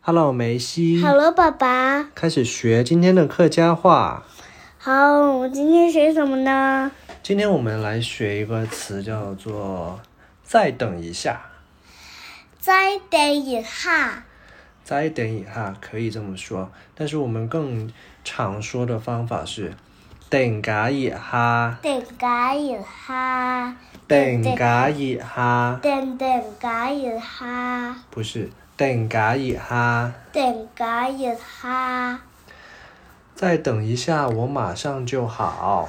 Hello，梅西。 Hello，爸爸。开始学今天的客家话。好，我们今天学什么呢？今天我们来学一个词，叫做“再等一下再等一下，”。再等一下可以这么说，但是我们更常说的方法是“等噶一下，等个一下，等噶一下等等个一下，”，不是“等噶一下等个一下，”，再等一下，我马上就好。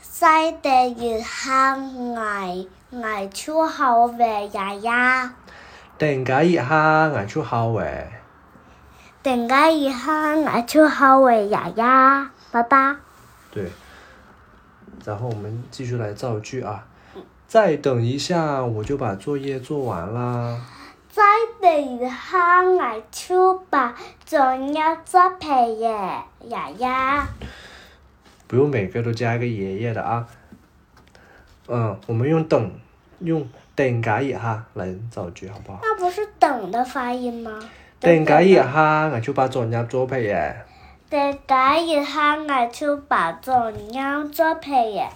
再等一下，挨挨出好về nhà nha。等噶一下，俺就好喂。等个一下，挨出好 về nhà nha，爸爸。对，然后我们继续来造句啊。再等一下，我就把作业做完啦。再等一下，挨出吧，仲要做陪爷爷爷。不用每个都加一个爷爷的啊。嗯，我们用等，用等噶一下来造句好不好？那不是等的发音吗？等噶一下，我就把作业做配耶。等解一下，我就把中央做配耶。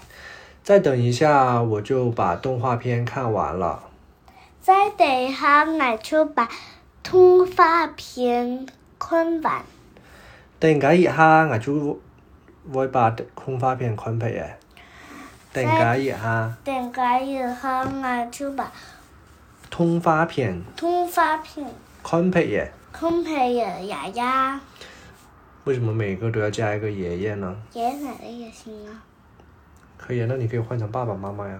再等一下，我就把动画片看完了。再等一下，我就把通发片看完。等噶一下，我就会把空画片看配耶。等噶一下，等解一下，我就把通发片通发片看配耶。看配耶爷爷。为什么每个都要加一个爷爷呢？爷爷奶奶也行啊，可以啊，那你可以换成爸爸妈妈呀。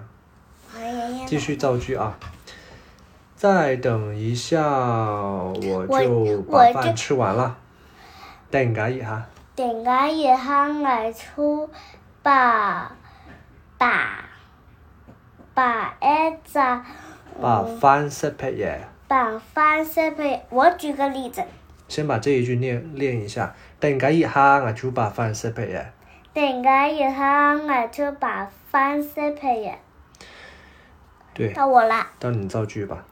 我爷爷奶继奶。续造句啊！再等一下，我就把我饭这吃完了。等噶一下，等解一下，我就把把把哎一只把饭吃配耶。把翻身配。我举个例子。先把这一句练练一下。等噶一下，我就把饭吃配耶。点解以后我就把番塞配人？对，到我啦，到你造句吧。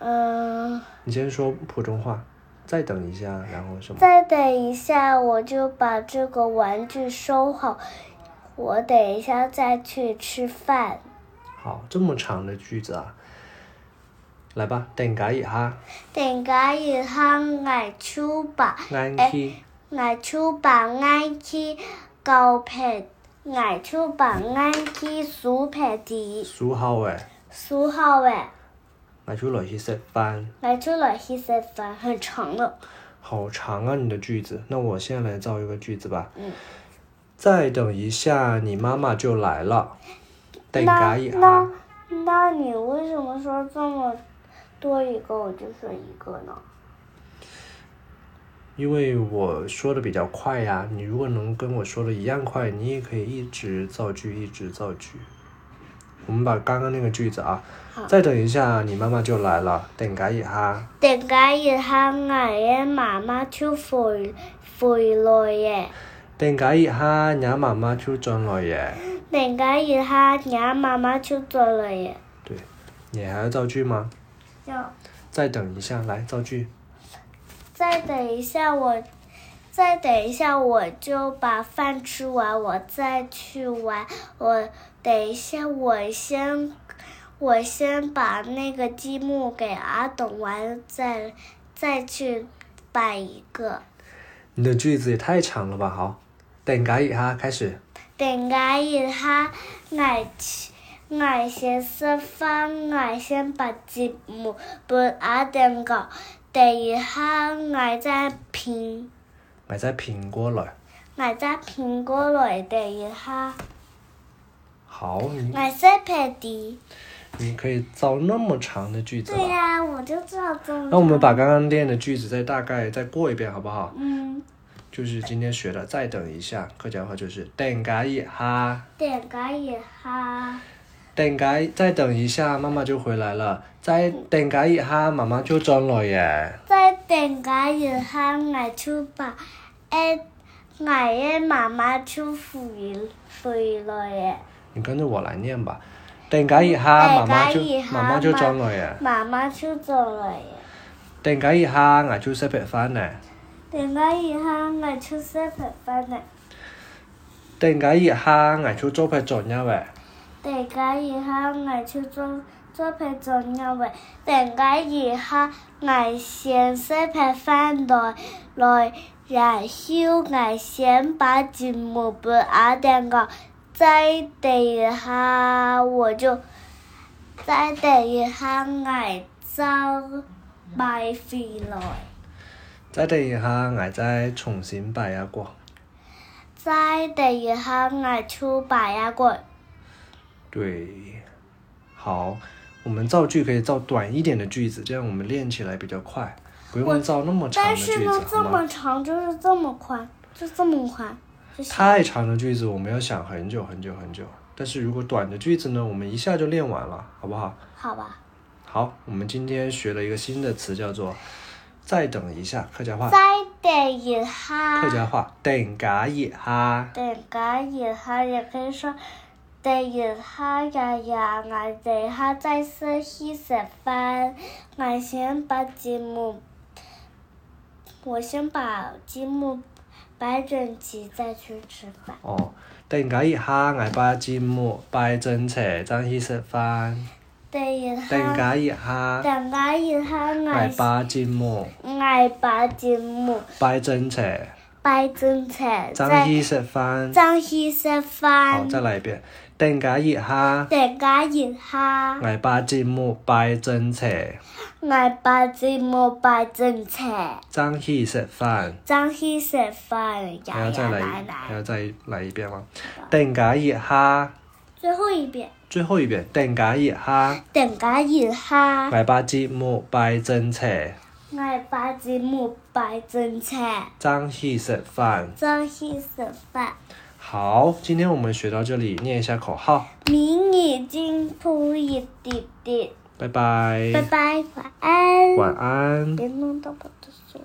嗯，你先说普通话。再等一下，然后什么？再等一下，我就把这个玩具收好，我等一下再去吃饭。好，这么长的句子啊。来吧，等噶一下，点解以后我就把安哎去我就把眼睛高配，我就把眼睛竖配的，数好诶，竖好诶，我就落去吃饭。我就来去吃饭，很长的。好长啊，你的句子。那我现在来造一个句子吧。嗯。再等一下，你妈妈就来了。等那噶一啊那下，那你为什么说这么多一个我就选一个呢？因为我说的比较快呀、你如果能跟我说的一样快，你也可以一直造句，一直造句。我们把刚刚那个句子啊，好再等一下，你妈妈就来了。等噶一下，點解要喊我嘅媽媽超回回來嘅？等噶一下，你妈妈就进来耶。點解要喊我媽媽超再來嘅？对，你还要造句吗？要再等一下，来造句。再等一下我，再等一下我就把飯吃完，我再去玩。我等一下我先。我先把那个积木给阿董玩，再再去摆一个。你的句子也太长了吧？好，等噶一下，开始。点解要下挨挨先食饭，挨先把节目本阿定个，第二下挨只苹我再拼过来。挨只苹果来，第二下好，你挨些皮的。你可以造那么长的句子对了。呀、我就知道这么。那我们把刚刚练的句子再大概再过一遍好不好？嗯，就是今天学的，再等一下，客家话就是等噶一下，点解要下等噶再等一下，妈妈就回来了，再等噶一下，妈妈就进来耶。再点解要下挨出吧？诶，挨诶妈妈出回回来嘅。你跟着我来念吧，等噶一下，妈妈就等噶一下妈妈就进来耶。妈妈出走了耶！突然一下牙超識食飯呢，点解以下我出色培训呢？突然一下牙超做批作業喂，点解以下我出做做培训嘅为？点解以下我先识培训来来，然后我先把节目俾阿定个，再地下我就再地下我就买回来。即係突然一下牙仔重新拜一過，在等一下我出白牙馆，對，好，我們造句可以造短一點的句子，這樣我們練起來比較快，不用造那麼長但的句是呢子，，这好么嗎？长就是这么宽，就这么宽，就是太長的句子我們要想很久很久很久，但是如果短的句子呢，我們一下就練完了，好不好？好吧？好，我們今天學了一個新的詞，叫做“再等一下”，客家話。在等一下客，家話定假熱哈，等个一下也可以说，等一下呀呀，我等一下再是去吃饭，我先把节目，我先把节目摆整齐再去吃饭。哦，定假熱哈，捱把節目拜正邪，爭去食飯。等一下，定假熱哈，等个一下我捱。把節目爱把节目拜正邪，摆正菜，爭再去食飯。张起吃好，饭，再嚟一遍。定假熱哈，大家一下，捱把節目拜正邪，爱把节目摆正菜，爭去食飯。张起吃饭，還呀要再呀嚟，来還来，要再嚟一遍嗎？定假熱哈，最后一遍，最後一遍。定假熱哈，大家一下，捱把節目拜正邪，爱把节目摆正菜，爭去食飯。张起吃饭，好，今天我们学到这里，念一下口号，明年进步一点点，拜拜，拜拜，晚安，晚安。别弄到我的手。